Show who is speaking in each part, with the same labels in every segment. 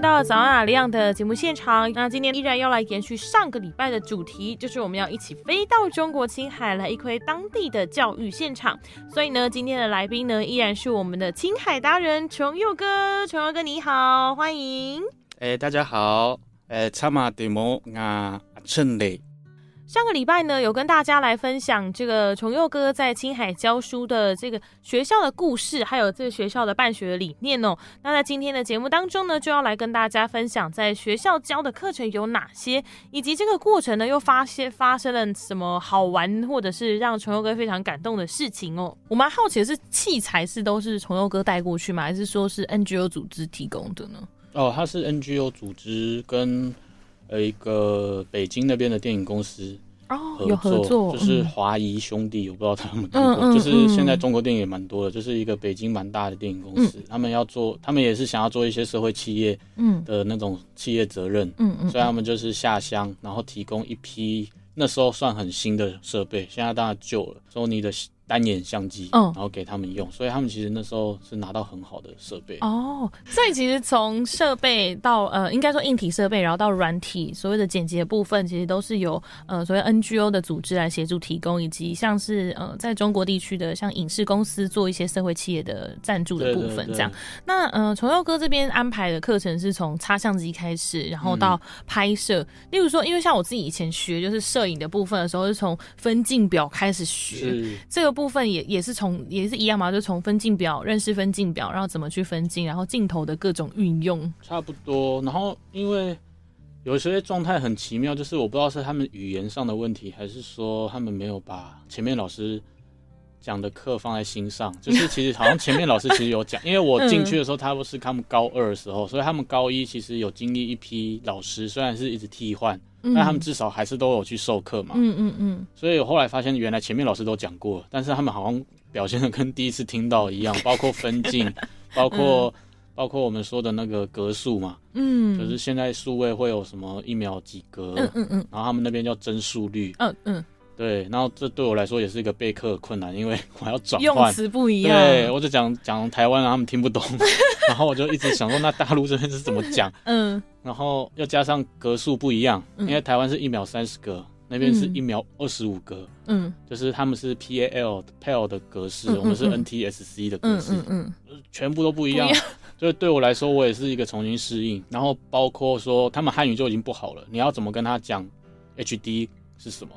Speaker 1: 到早哪亮的节目现场。那今天依然要来延续上个礼拜的主题，就是我们要一起飞到中国青海来一窥当地的教育现场。所以呢，今天的来宾呢依然是我们的青海达人琼佑哥，琼佑哥你好，欢迎。
Speaker 2: 哎，大家好，哎，查马德摩啊，趁嘞。
Speaker 1: 上个礼拜呢，有跟大家来分享这个崇佑哥在青海教书的这个学校的故事，还有这个学校的办学理念哦。那在今天的节目当中呢，就要来跟大家分享在学校教的课程有哪些，以及这个过程呢又发现发生了什么好玩或者是让崇佑哥非常感动的事情哦。我蛮好奇的是，器材是都是崇佑哥带过去吗？还是说是 NGO 组织提供的呢？
Speaker 2: 哦，它是 NGO 组织跟呃一个北京那边的电影公司
Speaker 1: 哦
Speaker 2: 合
Speaker 1: 有
Speaker 2: 作，
Speaker 1: 合作，
Speaker 2: 就是
Speaker 1: 嗯
Speaker 2: 华谊兄弟，我不知道他们看过，
Speaker 1: 嗯嗯
Speaker 2: 就是现在
Speaker 1: 嗯
Speaker 2: 中国电影也蛮多的，就是一个北京蛮大的电影公司，他们要做，他们也是想要做一些社会企业
Speaker 1: 嗯
Speaker 2: 的那种企业责任，
Speaker 1: 嗯嗯
Speaker 2: 所以他们就是下乡，然后提供一批那时候算很新的设备，现在当然旧了，索尼的单眼相机，
Speaker 1: 嗯
Speaker 2: 然后给他们用，所以他们其实那时候是拿到很好的设备。
Speaker 1: 哦，所以其实从设备到呃，应该说硬体设备，然后到软体，所谓的剪辑的部分，其实都是由呃所谓 NGO 的组织来协助提供，以及像是呃在中国地区的像影视公司做一些社会企业的赞助的
Speaker 2: 对
Speaker 1: 部分这样。，那呃，崇佑哥这边安排的课程是从插相机开始，然
Speaker 2: 嗯
Speaker 1: 后到拍摄。例如说，因为像我自己以前学就是摄影的部分的时候，是从分镜表开始
Speaker 2: 对
Speaker 1: 学。
Speaker 2: 对是
Speaker 1: 这个部分也也是从也是一样嘛，就从分镜表认识分镜表，然后怎么去分镜，然后镜头的各种运用。
Speaker 2: 差不多。然后因为有些状态很奇妙，就是我不知道是他们语言上的问题，还是说他们没有把前面老师讲的课放在心上。就是其实好像前面老师其实有 讲，因为我进去的时候，他们是他们高二的时候，所以他们高一其实有经历一批老师，虽然是一直替换，
Speaker 1: 嗯
Speaker 2: 但他们至少还是都有去授课嘛。
Speaker 1: 嗯嗯嗯，
Speaker 2: 所以我后来发现，原来前面老师都讲过，但是他们好像表现的跟第一次听到一样，包括分镜，包括、包括我们说的那个格数嘛，
Speaker 1: 嗯，
Speaker 2: 就是现在数位会有什么一秒几格，
Speaker 1: 嗯嗯嗯
Speaker 2: 然后他们那边叫帧数率，
Speaker 1: 嗯嗯，
Speaker 2: 对，然后这对我来说也是一个备课的困难，因为 我要转
Speaker 1: 用
Speaker 2: 换。
Speaker 1: 词不一样。
Speaker 2: 对，我就讲讲台湾，然后他们听不 懂，然后我就一直想说，那大陆这边是怎么讲？
Speaker 1: 嗯
Speaker 2: 然后又加上格数不一样，
Speaker 1: 嗯
Speaker 2: 因为台湾是一秒三十格，那边是
Speaker 1: 嗯
Speaker 2: 一秒二十五格，
Speaker 1: 嗯
Speaker 2: 就是他们是 PAL PAL 的格式，
Speaker 1: 嗯嗯
Speaker 2: 我们是
Speaker 1: 嗯
Speaker 2: NTSC 的格
Speaker 1: 嗯
Speaker 2: 式，
Speaker 1: 嗯嗯
Speaker 2: 全部都不一样
Speaker 1: 不一。
Speaker 2: 所以对我来说，我也是一个重新适应。然后包括说，他们汉语就已经不好了，你要怎么跟他讲 HD 是什么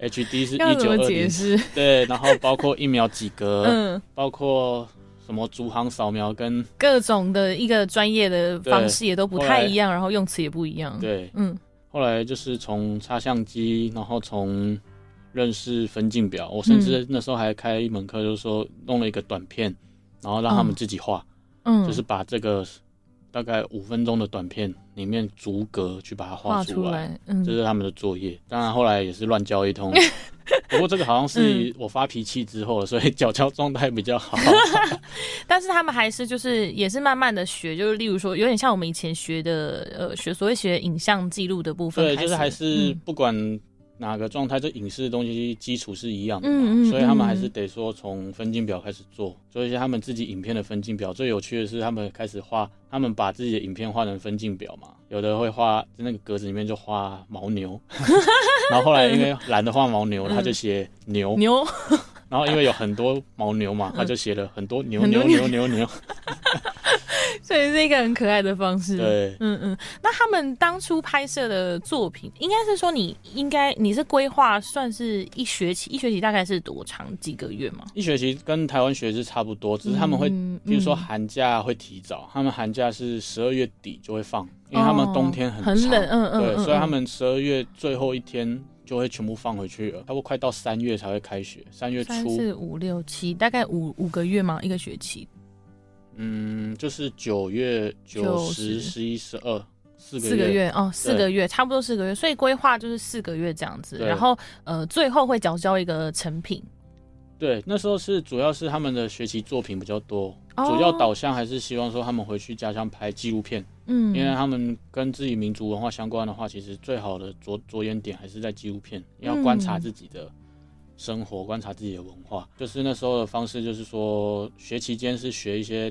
Speaker 2: ？HD 是
Speaker 1: 要
Speaker 2: 一
Speaker 1: 怎
Speaker 2: 九
Speaker 1: 么
Speaker 2: 二
Speaker 1: 解
Speaker 2: 零，呃
Speaker 1: 释？
Speaker 2: 对。然后包括一秒几 格，
Speaker 1: 嗯，
Speaker 2: 包括什么逐行扫描跟
Speaker 1: 各种的一个专业的方式也都不太一样，然后用词也不一样。，
Speaker 2: 对。
Speaker 1: 嗯
Speaker 2: 后来就是从插相机，然后从认识分镜表，我甚
Speaker 1: 嗯
Speaker 2: 至那时候还开一门课，就是说弄了一个短片，然后让他们自己画，
Speaker 1: 嗯，
Speaker 2: 就是把这个大概五分钟的短片里面逐格去把它
Speaker 1: 画
Speaker 2: 画
Speaker 1: 出
Speaker 2: 出来，
Speaker 1: 来。嗯
Speaker 2: 这是他们的作业。当然后来也是乱教一 通，不过这个好像是我发脾气之后了，所以脚脚状态比较好。
Speaker 1: 但是他们还是就是也是慢慢的学，就是例如说，有点像我们以前学的呃学所谓学影像记录的部分开
Speaker 2: 对，
Speaker 1: 始，
Speaker 2: 就是还是
Speaker 1: 嗯
Speaker 2: 不管哪个状态，这影视的东西基础是一样的嘛，
Speaker 1: 嗯嗯
Speaker 2: 所以他们还是
Speaker 1: 嗯
Speaker 2: 得说从分镜表开始做，做一些他们自己影片的分镜表。最有趣的是，他们开始画，他们把自己的影片画成分镜表嘛，有的会画那个格子里面就画牦牛， 然后后来因为懒得画牦牛，他就写牛，
Speaker 1: 嗯牛嗯
Speaker 2: 然后因为有很多牦牛嘛，他就写了很多牛
Speaker 1: 很多
Speaker 2: 牛牛牛牛，
Speaker 1: 所以是一个很可爱的方式。，
Speaker 2: 对。
Speaker 1: 嗯嗯。那他们当初拍摄的作品，应该是说你应该你是规划算是一学期，一学期大概是多长几个月吗？
Speaker 2: 一学期跟台湾学是差不多，只是他们会
Speaker 1: 嗯
Speaker 2: 比如说
Speaker 1: 嗯
Speaker 2: 寒假会提早，他们寒假是十二月底就会放，因为他们冬天
Speaker 1: 很,、
Speaker 2: 很长
Speaker 1: 冷，嗯嗯，
Speaker 2: 对，
Speaker 1: 嗯
Speaker 2: 所以他们十二月最后一天就会全部放回去了，差不多快到三月才会开学，三月
Speaker 1: 三
Speaker 2: 初，
Speaker 1: 四五六七，大概五五个月吗？一个学期？
Speaker 2: 嗯，就是九月、九
Speaker 1: 九十
Speaker 2: 十、十一、十二，四
Speaker 1: 四
Speaker 2: 个
Speaker 1: 个
Speaker 2: 月，
Speaker 1: 月哦，四个月差不多四个月，所以规划就是四个月这样子，
Speaker 2: 对
Speaker 1: 然后呃最后会缴交一个成品，
Speaker 2: 对，那时候是主要是他们的学习作品比较多，
Speaker 1: 哦
Speaker 2: 主要导向还是希望说他们回去家乡拍纪录片，
Speaker 1: 嗯，
Speaker 2: 因为啊他们跟自己民族文化相关的话，其实最好的着着眼点还是在纪录片，
Speaker 1: 嗯
Speaker 2: 要观察自己的生活，观察自己的文化。就是那时候的方式，就是说学期间是学一些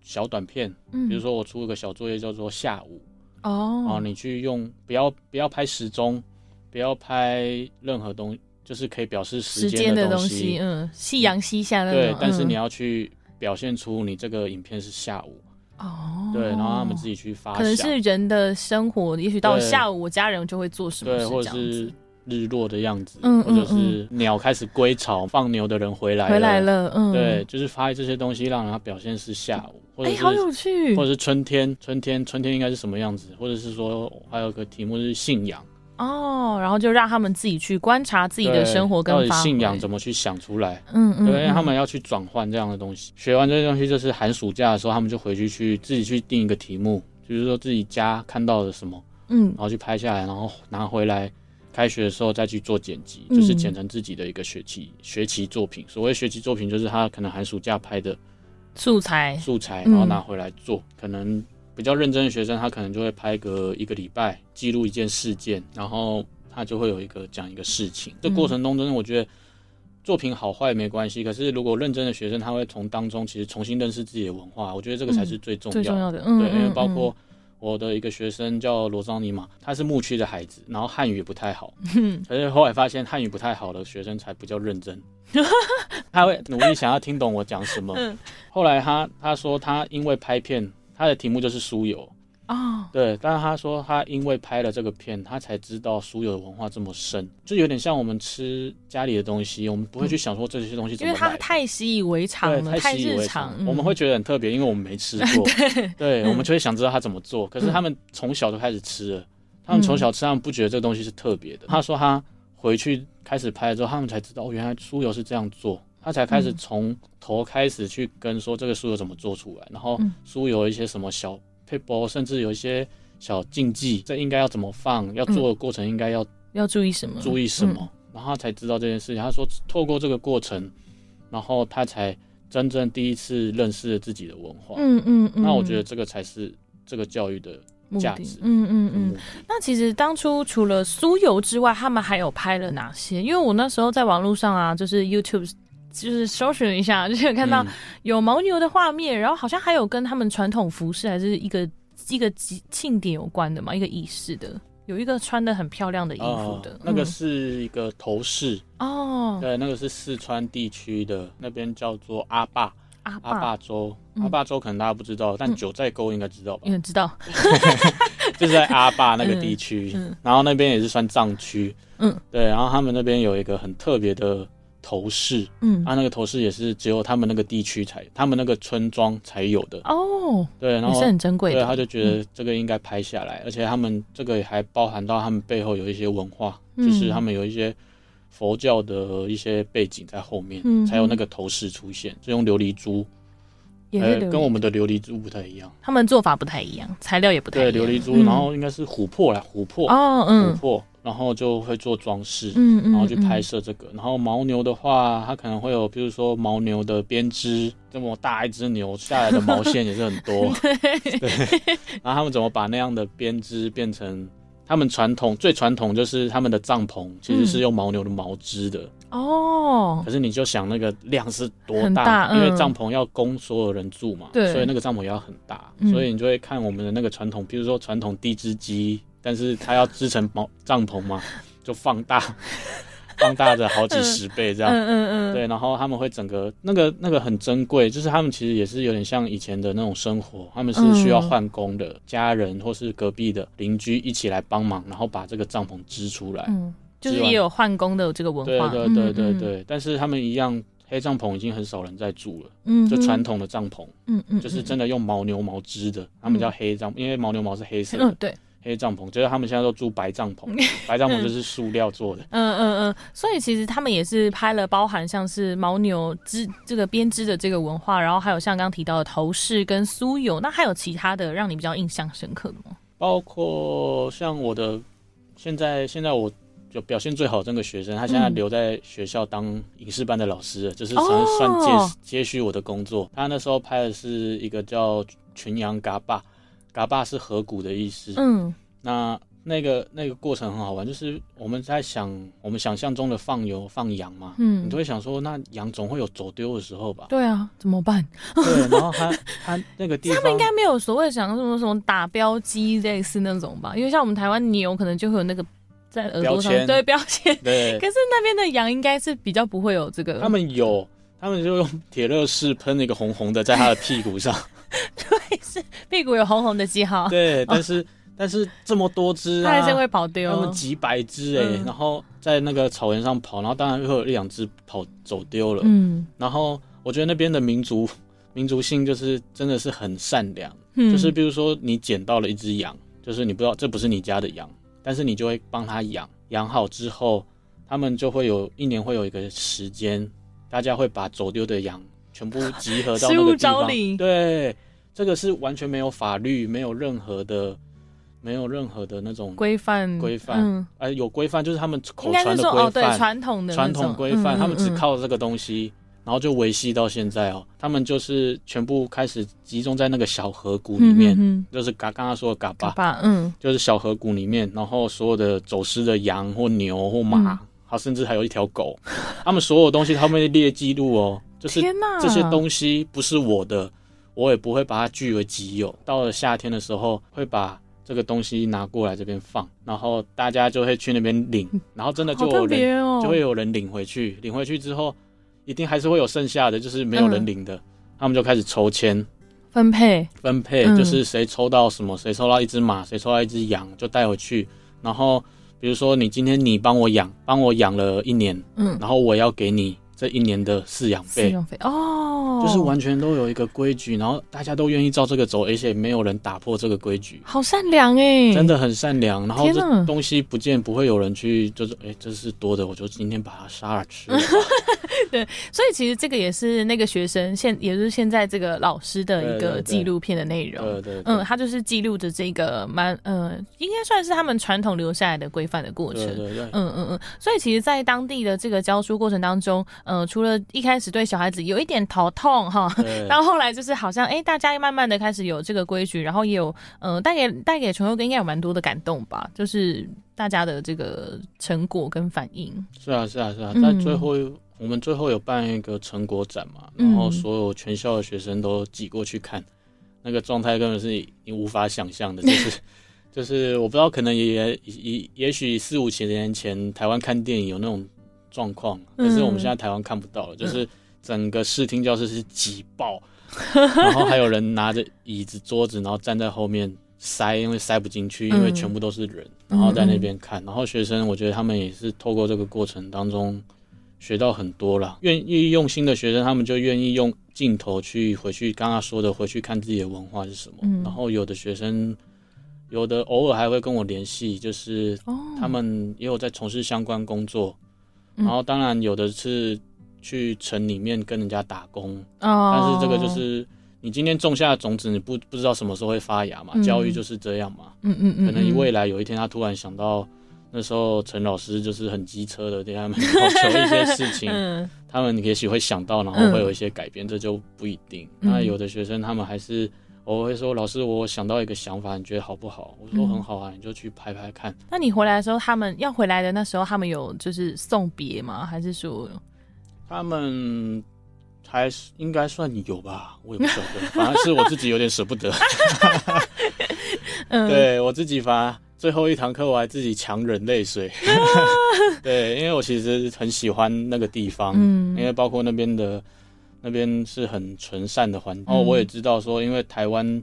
Speaker 2: 小短片，
Speaker 1: 嗯
Speaker 2: 比如说我出一个小作业叫做下午，啊，
Speaker 1: 哦，
Speaker 2: 你去用不要不要拍时钟，不要拍任何东，就是可以表示
Speaker 1: 时
Speaker 2: 时
Speaker 1: 间
Speaker 2: 间
Speaker 1: 的
Speaker 2: 东
Speaker 1: 西，嗯，夕阳西下那种，
Speaker 2: 对，但是
Speaker 1: 嗯
Speaker 2: 你要去表现出你这个影片是下午，
Speaker 1: 哦，
Speaker 2: 对，然后他们自己去发
Speaker 1: 可能
Speaker 2: 想
Speaker 1: 是人的生活，也许到
Speaker 2: 对
Speaker 1: 下午，我家人就会做什么
Speaker 2: 对，
Speaker 1: 事
Speaker 2: 或
Speaker 1: 这
Speaker 2: 者
Speaker 1: 样
Speaker 2: 是
Speaker 1: 子。
Speaker 2: 日落的样子，
Speaker 1: 嗯
Speaker 2: 或者
Speaker 1: 嗯嗯
Speaker 2: 是鸟开始归巢，放牛的人回来
Speaker 1: 回来了，嗯，
Speaker 2: 对，，就是发这些东西让人家表现是下午，或者
Speaker 1: 哎，
Speaker 2: 是、
Speaker 1: 好有趣
Speaker 2: 或者是春天，春天春天应该是什么样子，或者是说还有个题目是信仰，
Speaker 1: 哦，然后就让他们自己去观察自己的
Speaker 2: 对
Speaker 1: 生活
Speaker 2: 到
Speaker 1: 跟
Speaker 2: 底
Speaker 1: 发
Speaker 2: 信仰
Speaker 1: 挥
Speaker 2: 怎么去想出来。
Speaker 1: 嗯嗯，
Speaker 2: 对，因为
Speaker 1: 嗯
Speaker 2: 他们要去转换这样的东西。学完这些东西，就是寒暑假的时候，他们就回去去自己去定一个题目，就是说自己家看到了什么，
Speaker 1: 嗯
Speaker 2: 然后去拍下来，然后拿回来，开学的时候再去做剪辑，
Speaker 1: 嗯
Speaker 2: 就是剪成自己的一个学期学期作品。所谓学期作品，就是他可能寒暑假拍的
Speaker 1: 素材，
Speaker 2: 素材，
Speaker 1: 嗯
Speaker 2: 然后拿回来做。可能比较认真的学生，他可能就会拍个一个礼拜，记录一件事件，然后他就会有一个讲一个事情。
Speaker 1: 嗯
Speaker 2: 这过程当中，我觉得。作品好坏没关系，可是如果认真的学生，他会从当中其实重新认识自己的文化，我觉得这个才是最重
Speaker 1: 最
Speaker 2: 要
Speaker 1: 重
Speaker 2: 的。
Speaker 1: 要的，嗯，
Speaker 2: 对，因为
Speaker 1: 嗯
Speaker 2: 包
Speaker 1: 嗯
Speaker 2: 括我的一个学生叫罗章尼嘛，他是牧区的孩子，然后汉语也不太好，
Speaker 1: 嗯
Speaker 2: 可是后来发现汉语不太好的学生才比较认真，他会努力想要听懂我讲什么
Speaker 1: 嗯。
Speaker 2: 后来他他说他因为拍片，他的题目就是书友，
Speaker 1: 哦，
Speaker 2: 对，但是他说他因为拍了这个片，他才知道书友的文化这么深，就有点像我们吃家里的东西，我们不会去想说这些东西怎
Speaker 1: 嗯因
Speaker 2: 么
Speaker 1: 为
Speaker 2: 来
Speaker 1: 它
Speaker 2: 的。
Speaker 1: 太习以为常
Speaker 2: 对，
Speaker 1: 了，
Speaker 2: 太习以
Speaker 1: 日
Speaker 2: 为
Speaker 1: 常嗯
Speaker 2: 常，，我们会觉得很特别，因为我们没吃 过。对，我们就会想知道它怎么做。可是他们从小就开始吃了，他们从
Speaker 1: 嗯
Speaker 2: 小吃，他们不觉得这个东西是特别的。他说他回去开始拍了之后，他们才知道哦，原来酥油是这样做。他才开始
Speaker 1: 嗯
Speaker 2: 从头开始去跟说这个酥油怎么做出来，然后
Speaker 1: 嗯
Speaker 2: 酥油一些什么小 p a p e 甚至有一些小禁忌，这应该要怎么放，
Speaker 1: 嗯
Speaker 2: 要做的过程应该要
Speaker 1: 要注意什么？
Speaker 2: 注意什么，
Speaker 1: 嗯
Speaker 2: 然后他才知道这件事情。他说，透过这个过程，然后他才真正第一次认识了自己的文化。
Speaker 1: 嗯？嗯嗯嗯，
Speaker 2: 那我觉得这个才是这个教育的
Speaker 1: 目
Speaker 2: 价
Speaker 1: 的
Speaker 2: 值
Speaker 1: 嗯嗯
Speaker 2: 目
Speaker 1: 嗯。
Speaker 2: 的。
Speaker 1: 那其实当初除了酥油之外，他们还有拍了哪些？因为我那时候在网络上啊，就是 YouTube。就是搜寻一下，就是有看到
Speaker 2: 嗯
Speaker 1: 有牦牛的画面，然后好像还有跟他们传统服饰还是一个一个集庆典有关的嘛，一个仪式的，有一个穿的很漂亮的衣服
Speaker 2: 呃
Speaker 1: 的，
Speaker 2: 那个是一个头饰，
Speaker 1: 嗯哦，
Speaker 2: 对，那个是四川地区的，那边叫做阿坝，
Speaker 1: 阿
Speaker 2: 阿
Speaker 1: 爸，
Speaker 2: 坝州，
Speaker 1: 嗯
Speaker 2: 阿坝州可能大家不知道，但
Speaker 1: 嗯
Speaker 2: 九寨沟应该知道吧
Speaker 1: 你？们知道，
Speaker 2: 就是在阿坝那个地区，
Speaker 1: 嗯嗯
Speaker 2: 然后那边也是算藏区，
Speaker 1: 嗯，
Speaker 2: 对，然后他们那边有一个很特别的头饰，
Speaker 1: 嗯，
Speaker 2: 啊，那个头饰也是只有他们那个地区才，他们那个村庄才有的。
Speaker 1: 哦，
Speaker 2: 对，然
Speaker 1: 也
Speaker 2: 后
Speaker 1: 是很珍贵嗯
Speaker 2: 对，
Speaker 1: 的，
Speaker 2: 他就觉得这个应该拍下来，而且他们这个也还包含到他们背后有一些文化，就是
Speaker 1: 嗯
Speaker 2: 他们有一些佛教的一些背景在后面，
Speaker 1: 嗯
Speaker 2: 才有那个头饰出现，是用琉璃珠，
Speaker 1: 也
Speaker 2: 呃
Speaker 1: 是琉
Speaker 2: 跟
Speaker 1: 璃，
Speaker 2: 我们的琉璃珠不太一样。
Speaker 1: 他们做法不太一样，材料也不太一
Speaker 2: 对，
Speaker 1: 样，
Speaker 2: 琉璃珠，
Speaker 1: 嗯
Speaker 2: 然后应该是琥珀啦，琥珀，
Speaker 1: 哦，
Speaker 2: 琥
Speaker 1: 嗯
Speaker 2: 珀，然后就会做装饰。
Speaker 1: 嗯嗯，
Speaker 2: 然后去拍
Speaker 1: 嗯
Speaker 2: 摄这个。然后牦牛的话，它可能会有，比如说牦牛的编织，这么大一只牛下来的毛线也是很 多。对，然后他们怎么把那样的编织变成？他们传统最传统就是他们的帐篷其实
Speaker 1: 嗯
Speaker 2: 是用牦牛的毛织的，
Speaker 1: 哦，
Speaker 2: 可是你就想那个量是多
Speaker 1: 很
Speaker 2: 大，
Speaker 1: 大
Speaker 2: 因为
Speaker 1: 嗯
Speaker 2: 帐篷要供所有人住嘛，
Speaker 1: 对
Speaker 2: 所以那个帐篷也要很大，
Speaker 1: 嗯
Speaker 2: 所以你就会看我们的那个传统，比如说传统地支机，但是它要织成毛帐 篷嘛，就放大，放大着好几十倍这样。
Speaker 1: 嗯嗯嗯，
Speaker 2: 对，然后他们会整个那个那个很珍贵，就是他们其实也是有点像以前的那种生活，他们是需要
Speaker 1: 嗯
Speaker 2: 换工的，家人或是隔壁的邻居一起来帮忙，然后把这个帐篷织出来。
Speaker 1: 嗯，就是
Speaker 2: 织完
Speaker 1: 也有换工的这个文
Speaker 2: 对
Speaker 1: 化，
Speaker 2: 对对
Speaker 1: 嗯
Speaker 2: 对，
Speaker 1: 嗯
Speaker 2: 对，但是他们一样，黑帐篷已经很少人在住了，
Speaker 1: 嗯，
Speaker 2: 就传
Speaker 1: 嗯，
Speaker 2: 统的帐篷，
Speaker 1: 嗯嗯，
Speaker 2: 就是
Speaker 1: 嗯
Speaker 2: 真的用牦牛毛织的，他们叫黑帐，因为牦牛毛是黑色
Speaker 1: 嗯
Speaker 2: 的，
Speaker 1: 对，
Speaker 2: 黑帐篷，就是他们现在都租白帐篷，白帐篷就是塑料做的，
Speaker 1: 嗯嗯嗯，所以其实他们也是拍了包含像是牦牛织这个编织的这个文化，然后还有像刚刚提到的头饰跟酥油，那还有其他的让你比较印象深刻的吗？
Speaker 2: 包括像我的现在现在我。就表现最好的那个学生，他现在
Speaker 1: 嗯
Speaker 2: 留在学校当影视班的老师了，就是算
Speaker 1: 哦
Speaker 2: 算接接续我的工作。他那时候拍的是一个叫《群羊嘎巴》，嘎巴是河谷的意思。
Speaker 1: 嗯
Speaker 2: 那那个那个过程很好玩，就是我们在想我们想象中的放牛放羊嘛，
Speaker 1: 嗯
Speaker 2: 你都会想说，那羊总会有走丢的时候吧？
Speaker 1: 对啊，怎么办？
Speaker 2: 对，然后他他那个地
Speaker 1: 他们应
Speaker 2: 方，
Speaker 1: 该没有所谓想什么什么打标机类似那种吧？因为像我们台湾牛可能就会有那个在耳朵上
Speaker 2: 标签
Speaker 1: 对标签，
Speaker 2: 对
Speaker 1: 可，是那边的羊应该是比较不会有这个。
Speaker 2: 他们有，他们就用铁热式喷那个红红的在他的屁股 上，
Speaker 1: 对是屁股有红红的记号，
Speaker 2: 对，啊但是但是这么多只
Speaker 1: 哦它还
Speaker 2: 啊
Speaker 1: 是，会跑丢
Speaker 2: 他。们几百只哎、
Speaker 1: 嗯
Speaker 2: 然后在那个草原上跑，然后当然会有一两只跑走丢了，
Speaker 1: 嗯
Speaker 2: 然后我觉得那边的民族民族性就是真的是很善良，
Speaker 1: 嗯，
Speaker 2: 就是比如说你捡到了一只羊，就是你不知道这不是你家的羊，但是你就会帮它养，养好之后，他们就会有一年会有一个时间，大家会把走丢的羊全部集 合到那
Speaker 1: 失物
Speaker 2: 个地
Speaker 1: 招
Speaker 2: 方
Speaker 1: 领。
Speaker 2: 对，这个是完全没有法律，没有任何的，没有任何的那种，
Speaker 1: 规范
Speaker 2: 规范
Speaker 1: 嗯，
Speaker 2: 呃，有规范就是他们口
Speaker 1: 应该
Speaker 2: 传
Speaker 1: 是
Speaker 2: 的
Speaker 1: 说哦，
Speaker 2: 规
Speaker 1: 对
Speaker 2: 范，
Speaker 1: 传统的那
Speaker 2: 传
Speaker 1: 种
Speaker 2: 统规范，
Speaker 1: 嗯
Speaker 2: 他们只
Speaker 1: 嗯
Speaker 2: 靠这个东西，然后就维系到现在哦。他们就是全部开始集中在那个小河谷里面，
Speaker 1: 嗯嗯嗯
Speaker 2: 就是嘎刚刚说的嘎
Speaker 1: 嘎
Speaker 2: 巴，
Speaker 1: 巴嗯
Speaker 2: 就是小河谷里面，然后所有的走失的羊或牛或马，
Speaker 1: 嗯
Speaker 2: 还甚至还有一条狗，他们所有东西他们会列记录哦，就是
Speaker 1: 天哪，
Speaker 2: 这些东西不是我的，我也不会把它据为己有。到了夏天的时候，会把这个东西拿过来这边放，然后大家就会去那边领，然后真的
Speaker 1: 嗯好
Speaker 2: 就有
Speaker 1: 特
Speaker 2: 人
Speaker 1: 别哦，
Speaker 2: 就会有人领回去，领回去之后，一定还是会有剩下的，就是没
Speaker 1: 嗯
Speaker 2: 有人领的，他们就开始抽签
Speaker 1: 分配
Speaker 2: 分配，
Speaker 1: 嗯
Speaker 2: 就是谁抽到什么，谁抽到一只马，谁抽到一只羊就带回去。然后比如说你今天你帮我养，帮我养了一年，
Speaker 1: 嗯
Speaker 2: 然后我也要给你这一年的饲养
Speaker 1: 饲
Speaker 2: 费。
Speaker 1: 养费哦，
Speaker 2: 就是完全都有一个规矩，然后大家都愿意照这个走，而且没有人打破这个规矩，
Speaker 1: 好善良哎，
Speaker 2: 真的很善良。然后
Speaker 1: 天哪
Speaker 2: 这东西不见不会有人去，就是哎、这是多的，我就今天把它杀了吃 了吧。
Speaker 1: 所以其实这个也是那个学生现，也就是现在这个老师的一
Speaker 2: 对对
Speaker 1: 个
Speaker 2: 对
Speaker 1: 纪录片的内容。
Speaker 2: 对对，对
Speaker 1: 嗯，他就是记录着这个蛮呃，应该算是他们传统留下来的规范的过程。
Speaker 2: 对对对，
Speaker 1: 嗯嗯嗯，所以其实，在当地的这个教书过程当中，呃，除了一开始对小孩子有一点头痛哈，
Speaker 2: 对
Speaker 1: 到后来就是好像哎、诶大家慢慢的开始有这个规矩，然后也有呃带给带给陈佑哥应该有蛮多的感动吧，就是大家的这个成果跟反应。
Speaker 2: 是啊是啊是啊，
Speaker 1: 嗯
Speaker 2: 在最后我们最后有办一个成果展嘛，
Speaker 1: 嗯
Speaker 2: 然后所有全校的学生都挤过去看，那个状态根本是你无法想象的，就是 就是我不知道，可能也也也也许四五千年前台湾看电影有那种状况，
Speaker 1: 嗯
Speaker 2: 可是我们现在台湾看不到了，就是整个视听教室是挤 爆，然后还有人拿着椅子桌子，然后站在后面塞，因为塞不进去，因为
Speaker 1: 嗯
Speaker 2: 全部都是人，然后在那边看，然后学生我觉得他们也是透过这个过程当中学到很多啦，愿意用心的学生，他们就愿意用镜头去回去刚刚说的，回去看自己的文化是什么。
Speaker 1: 嗯
Speaker 2: 然后有的学生，有的偶尔还会跟我联系，就是
Speaker 1: 哦，
Speaker 2: 他们也有在从事相关工作。
Speaker 1: 嗯
Speaker 2: 然后当然有的是去城里面跟人家打工，但
Speaker 1: 哦，
Speaker 2: 是这个就是你今天种下的种子，你不不知道什么时候会发芽嘛。
Speaker 1: 嗯
Speaker 2: 教育就是这样嘛。
Speaker 1: 嗯嗯嗯，
Speaker 2: 可能
Speaker 1: 嗯
Speaker 2: 未来有一天他突然想到，那时候陈老师就是很机车的对他们要求一些事情，
Speaker 1: 嗯
Speaker 2: 他们也许会想到，然后会有一些改变，这就不一定。
Speaker 1: 嗯
Speaker 2: 那有的学生他们还是。我会说，老师，我想到一个想法，你觉得好不好？我说
Speaker 1: 嗯
Speaker 2: 很好啊，你就去拍拍看。
Speaker 1: 那你回来的时候，他们要回来的那时候，他们有就是送别吗？还是说，
Speaker 2: 他们还是应该算有吧，我也不晓 得，反而是我自己有点舍不得。
Speaker 1: 嗯，
Speaker 2: 对我自己反而最后一堂课我还自己强忍泪水。 对，因为我其实很喜欢那个地方，
Speaker 1: 嗯
Speaker 2: 因为包括那边的那边是很纯善的环境。然
Speaker 1: 嗯
Speaker 2: 哦后我也知道说，因为台湾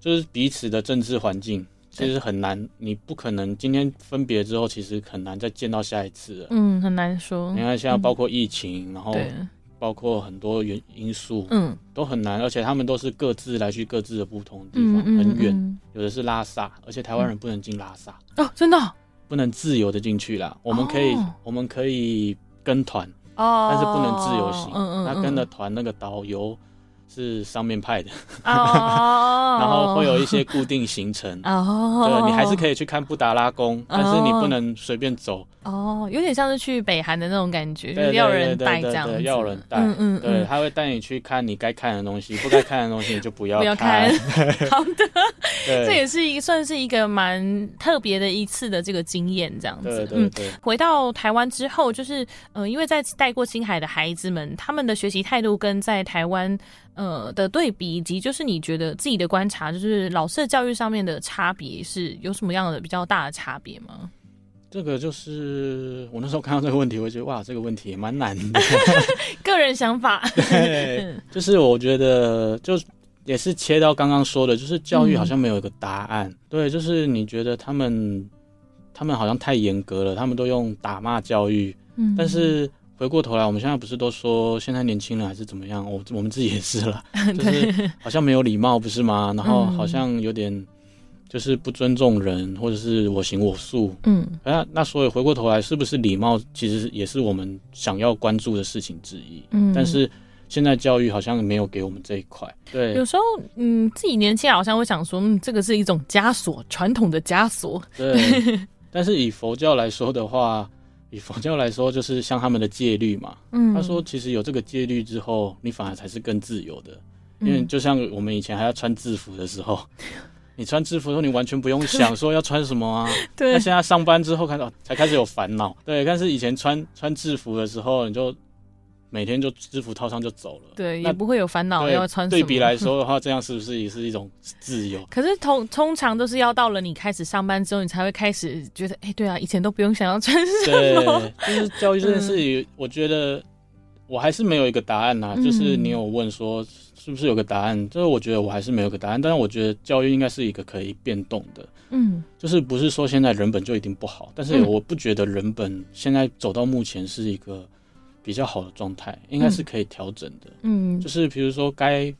Speaker 2: 就是彼此的政治环境。其实很难，你不可能今天分别之后，其实很难再见到下一次了。
Speaker 1: 嗯，很难说
Speaker 2: 你，看，现在包括疫情，然后
Speaker 1: 对，
Speaker 2: 包括很多原因素，
Speaker 1: 嗯
Speaker 2: 都很难，而且他们都是各自来去各自的不同的地
Speaker 1: 嗯
Speaker 2: 方，
Speaker 1: 嗯，
Speaker 2: 很远，
Speaker 1: 嗯
Speaker 2: 有的是拉萨，而且台湾人不能进拉萨，
Speaker 1: 哦，真的哦，
Speaker 2: 不能自由的进去啦。我们可以，我们可以跟团，但是不能自由
Speaker 1: 哦
Speaker 2: 行。
Speaker 1: 嗯嗯，
Speaker 2: 那跟着团那个导游。是上面派的，
Speaker 1: 哦，
Speaker 2: 然后会有一些固定行程。
Speaker 1: 哦，
Speaker 2: 对你还是可以去看布达拉宫，但是你不能随便走，
Speaker 1: 哦，有点像是去北韩的那种感觉，就
Speaker 2: 对
Speaker 1: 是
Speaker 2: 对
Speaker 1: 要有
Speaker 2: 对
Speaker 1: 人带
Speaker 2: 对
Speaker 1: 这
Speaker 2: 对
Speaker 1: 样子，
Speaker 2: 对，要有人带，
Speaker 1: 嗯嗯
Speaker 2: 对，
Speaker 1: 嗯，
Speaker 2: 他会带你去看你该看的东西，不该看的东西你就不要
Speaker 1: 不要看
Speaker 2: 看。
Speaker 1: 好的，
Speaker 2: 对，
Speaker 1: 这也是一算是一个蛮特别的一次的这个经验，这样子，
Speaker 2: 对
Speaker 1: 嗯
Speaker 2: 对。对，
Speaker 1: 回到台湾之后，就是呃，因为在带过青海的孩子们，他们的学习态度跟在台湾呃的对比，以及就是你觉得自己的观察，就是老师的教育上面的差别是有什么样的比较大的差别吗？
Speaker 2: 这个就是我那时候看到这个问题，我就觉得哇，这个问题也蛮难的。
Speaker 1: 个人想法，
Speaker 2: 对，就是我觉得就也是切到刚刚说的，就是教育好像没有一个答案。对，就是你觉得他们他们好像太严格了，他们都用打骂教育，
Speaker 1: 嗯
Speaker 2: 但是。回过头来，我们现在不是都说现在年轻人还是怎么样？我我们自己也是 啦，就是好像没有礼貌，不是吗？然后
Speaker 1: 嗯
Speaker 2: 好像有点就是不尊重人，或者是我行我素。
Speaker 1: 嗯
Speaker 2: 那哎那所以回过头来，是不是礼貌其实也是我们想要关注的事情之一？
Speaker 1: 嗯
Speaker 2: 但是现在教育好像没有给我们这一块。对
Speaker 1: 有时候嗯，自己年轻好像会想说，嗯，这个是一种枷锁，传统的枷锁，
Speaker 2: 对，但是以佛教来说的话，以佛教来说就是像他们的戒律嘛。
Speaker 1: 嗯，
Speaker 2: 他说，其实有这个戒律之后，你反而才是更自由的，
Speaker 1: 嗯，
Speaker 2: 因为就像我们以前还要穿制服的时候。 你穿制服的时候，你完全不用想说要穿什么啊。
Speaker 1: 对
Speaker 2: 那，现在上班之后开始、哦才开始有烦恼，对。但是以前穿穿制服的时候，你就每天就制服套上就走了，
Speaker 1: 对，
Speaker 2: 那
Speaker 1: 也不会有烦恼
Speaker 2: 对
Speaker 1: 要穿什么。
Speaker 2: 对比来说的话，这样是不是也是一种自 由？
Speaker 1: 可是通通常都是要到了你开始上班之后，你才会开始觉得，哎、对啊，以前都不用想要穿什
Speaker 2: 对
Speaker 1: 么。，
Speaker 2: 就是教育这件事情，我觉得我还是没有一个答案呐、
Speaker 1: 嗯
Speaker 2: 就是你有问说是不是有个答案，就是我觉得我还是没有个答案。但是我觉得教育应该是一个可以变动的，
Speaker 1: 嗯
Speaker 2: 就是不是说现在人本就一定不好，但是
Speaker 1: 嗯
Speaker 2: 我不觉得人本现在走到目前是一个比较好的状态，应该是可以调整的。
Speaker 1: 嗯
Speaker 2: 就，是比如说该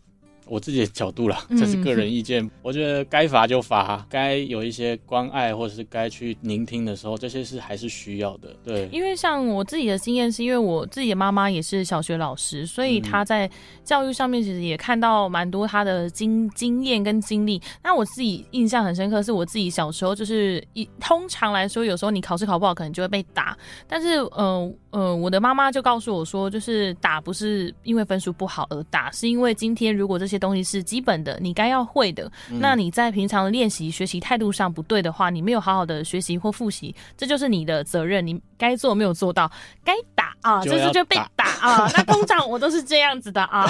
Speaker 2: 我自己的角度啦，
Speaker 1: 嗯
Speaker 2: 这是个人意见，我觉得该罚就罚，该有一些关爱或者是该去聆听的时候，这些是还是需要的。对，
Speaker 1: 因为像我自己的经验，是因为我自己的妈妈也是小学老师，所以她在教育上面其实也看到蛮多她的经经验跟经历。那我自己印象很深刻，是我自己小时候就是一通常来说，有时候你考试考不好，可能就会被打，但是呃呃，我的妈妈就告诉我说，就是打不是因为分数不好而打，是因为今天如果这些东西是基本的，你该要会的，
Speaker 2: 嗯
Speaker 1: 那你在平常的练习、学习态度上不对的话，你没有好好的学习或复习，这就是你的责任，你该做没有做到，该打啊，
Speaker 2: 就
Speaker 1: 就是
Speaker 2: 要
Speaker 1: 就被
Speaker 2: 打
Speaker 1: 打啊。那通常我都是这样子的 啊，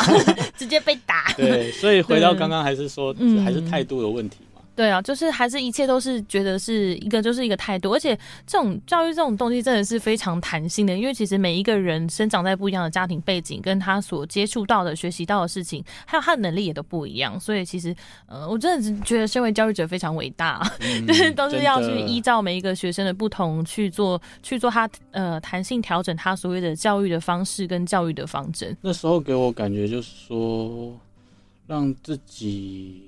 Speaker 1: 直接被打。
Speaker 2: 对，所以回到刚刚还是说，
Speaker 1: 嗯
Speaker 2: 还是态度的问题嘛。
Speaker 1: 对啊，就是还是一切都是觉得是一个就是一个态度，而且这种教育这种东西真的是非常弹性的，因为其实每一个人生长在不一样的家庭背景，跟他所接触到的、学习到的事情，还有他的能力也都不一样，所以其实呃，我真的是觉得身为教育者非常伟大，啊
Speaker 2: 嗯
Speaker 1: 就是都是要去
Speaker 2: 真的
Speaker 1: 依照每一个学生的不同去做去做他呃弹性调整他所谓的教育的方式跟教育的方针。
Speaker 2: 那时候给我感觉就是说，让自己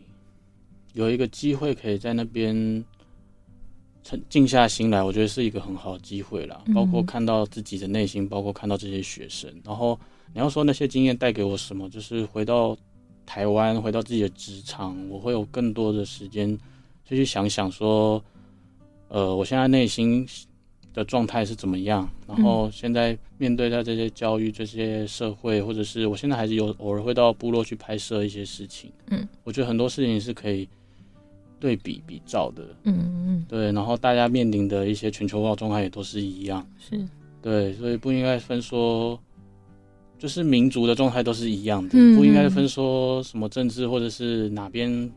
Speaker 2: 有一个机会可以在那边沉静下心来，我觉得是一个很好的机会啦。包括
Speaker 1: 嗯
Speaker 2: 看到自己的内心，包括看到这些学生，然后你要说那些经验带给我什么，就是回到台湾，回到自己的职场，我会有更多的时间就去想想说，呃，我现在内心的状态是怎么样，然后现在面对到这些教育、这些社会，或者是我现在还是有偶尔会到部落去拍摄一些事情，
Speaker 1: 嗯，
Speaker 2: 我觉得很多事情是可以对比比照的，
Speaker 1: 嗯嗯，
Speaker 2: 对，然后大家面临的一些全球化状态也都是一样，
Speaker 1: 嗯是，
Speaker 2: 对，所以不应该分说。就是民族的状态都是一样的，
Speaker 1: 嗯
Speaker 2: 不应该分说什么政治或者是哪边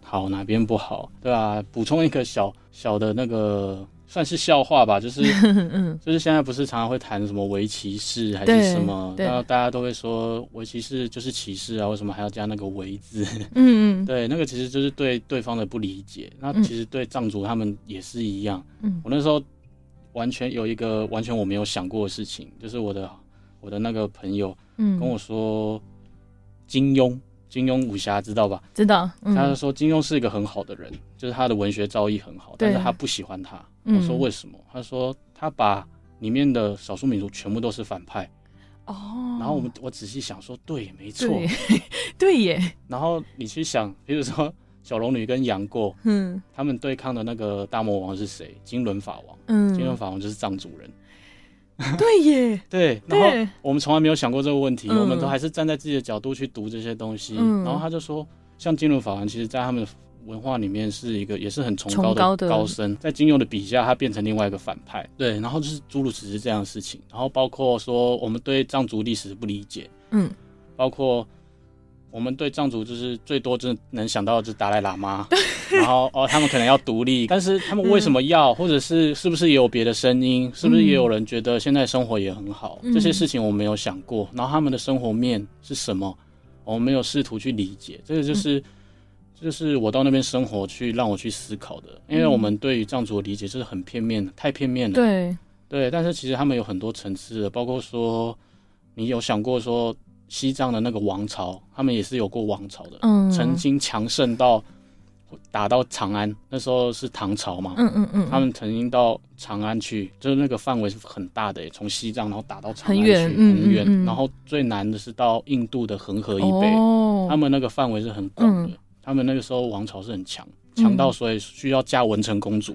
Speaker 2: 好哪边不好，对吧、补充一个小小的那个算是笑话吧，就是
Speaker 1: 嗯嗯，
Speaker 2: 就是现在不是常常会谈什么围棋士还
Speaker 1: 对
Speaker 2: 是什么，
Speaker 1: 对
Speaker 2: 然后大家都会说围棋士就是歧视啊，为什么还要加那个围 字？
Speaker 1: 嗯嗯
Speaker 2: 对，那个其实就是对对方的不理解。那
Speaker 1: 嗯
Speaker 2: 其实对藏族他们也是一样。
Speaker 1: 嗯
Speaker 2: 我那时候完全有一个完全我没有想过的事情，就是我的我的那个朋友
Speaker 1: 嗯，
Speaker 2: 跟我说，金庸，金庸武侠知道吧？
Speaker 1: 知道，嗯
Speaker 2: 他就说金庸是一个很好的人，就是他的文学造诣很好，但是
Speaker 1: 对
Speaker 2: 他不喜欢他。
Speaker 1: 嗯
Speaker 2: 我说为什么？他说他把里面的少数民族全部都是反派。
Speaker 1: 哦，
Speaker 2: 然后我们我仔细想说，对，没错，
Speaker 1: 对 对耶，
Speaker 2: 然后你去想，比如说小龙女跟杨过，
Speaker 1: 嗯
Speaker 2: 他们对抗的那个大魔王是谁？金轮法王，金轮
Speaker 1: 嗯，
Speaker 2: 法王就是藏族人。
Speaker 1: 对耶，
Speaker 2: 对，然后
Speaker 1: 对，
Speaker 2: 我们从来没有想过这个问题，
Speaker 1: 嗯
Speaker 2: 我们都还是站在自己的角度去读这些东西。
Speaker 1: 嗯
Speaker 2: 然后他就说，像金轮法王，其实在他们的文化里面是一个也是很崇
Speaker 1: 崇高
Speaker 2: 高
Speaker 1: 的
Speaker 2: 的高僧，在金庸的笔下，他变成另外一个反派。对，然后就是诸如此类这样的事情，然后包括说我们对藏族历史的不理解，
Speaker 1: 嗯，
Speaker 2: 包括我们对藏族就是最多就是能想到的就是达赖喇嘛，然后哦他们可能要独立，但是他们为什么要，或者是是不是也有别的声音，是不是也有人觉得现在生活也很好，
Speaker 1: 嗯
Speaker 2: 这些事情我没有想过，然后他们的生活面是什么，我没有试图去理解，这个就是。就是我到那边生活去，让我去思考的，因为我们对于藏族的理解就是很片面的，太片面了。
Speaker 1: 对，
Speaker 2: 对，但是其实他们有很多层次的，包括说，你有想过说西藏的那个王朝，他们也是有过王朝的，
Speaker 1: 嗯，
Speaker 2: 曾经强盛到打到长安，那时候是唐朝嘛，
Speaker 1: 嗯嗯嗯，
Speaker 2: 他们曾经到长安去，就是那个范围是很大的耶，从西藏然后打到长安
Speaker 1: 很
Speaker 2: 去，
Speaker 1: 远嗯
Speaker 2: 很远
Speaker 1: 嗯嗯
Speaker 2: 然后最难的是到印度的恒河以北，
Speaker 1: 哦，
Speaker 2: 他们那个范围是很广的，
Speaker 1: 嗯
Speaker 2: 他们那个时候王朝是很强，强到所以需要嫁文成公主。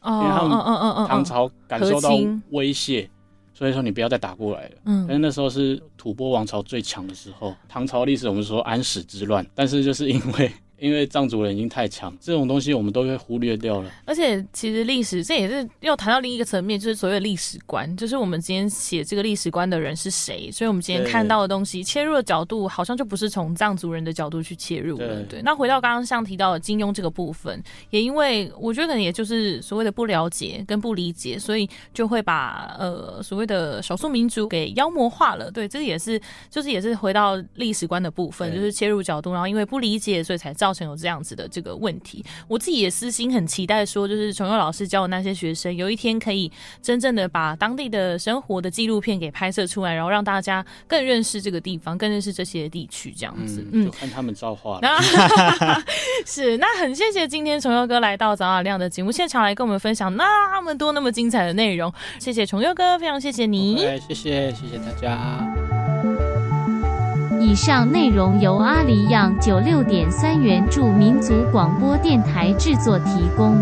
Speaker 1: 哦，
Speaker 2: 因为他们
Speaker 1: 嗯嗯嗯嗯，
Speaker 2: 唐朝感受到
Speaker 1: 和亲
Speaker 2: 威胁，所以说你不要再打过来了。
Speaker 1: 嗯，
Speaker 2: 但是那时候是吐蕃王朝最强的时候，唐朝历史我们说安史之乱，但是就是因为 因为藏族人已经太强，这种东西我们都会忽略掉了。
Speaker 1: 而且其实历史这也是又谈到另一个层面，就是所谓的历史观，就是我们今天写这个历史观的人是谁，所以我们今天
Speaker 2: 对
Speaker 1: 看到的东西切入的角度，好像就不是从藏族人的角度去切入了。对，
Speaker 2: 对
Speaker 1: 那回到刚刚像提到的金庸这个部分，也因为我觉得可能也就是所谓的不了解跟不理解，所以就会把呃所谓的少数民族给妖魔化了。对，这也是就是也是回到历史观的部分，
Speaker 2: 对
Speaker 1: 就是切入角度，然后因为不理解，所以才造成有这样子的这个问题。我自己也私心很期待说，就是琼佑老师教的那些学生，有一天可以真正的把当地的生活的纪录片给拍摄出来，然后让大家更认识这个地方，更认识这些地区，这样子。
Speaker 2: 嗯，
Speaker 1: 嗯
Speaker 2: 就，看他们造化了。
Speaker 1: 那 是那很谢谢今天琼佑哥来到早雅亮的节目现场来跟我们分享那么多那么精彩的内容，谢谢琼佑哥，非常谢谢你。
Speaker 2: 哎，谢谢谢谢大家。
Speaker 3: 以上内容由阿里样九六点三元助民族广播电台制作提供。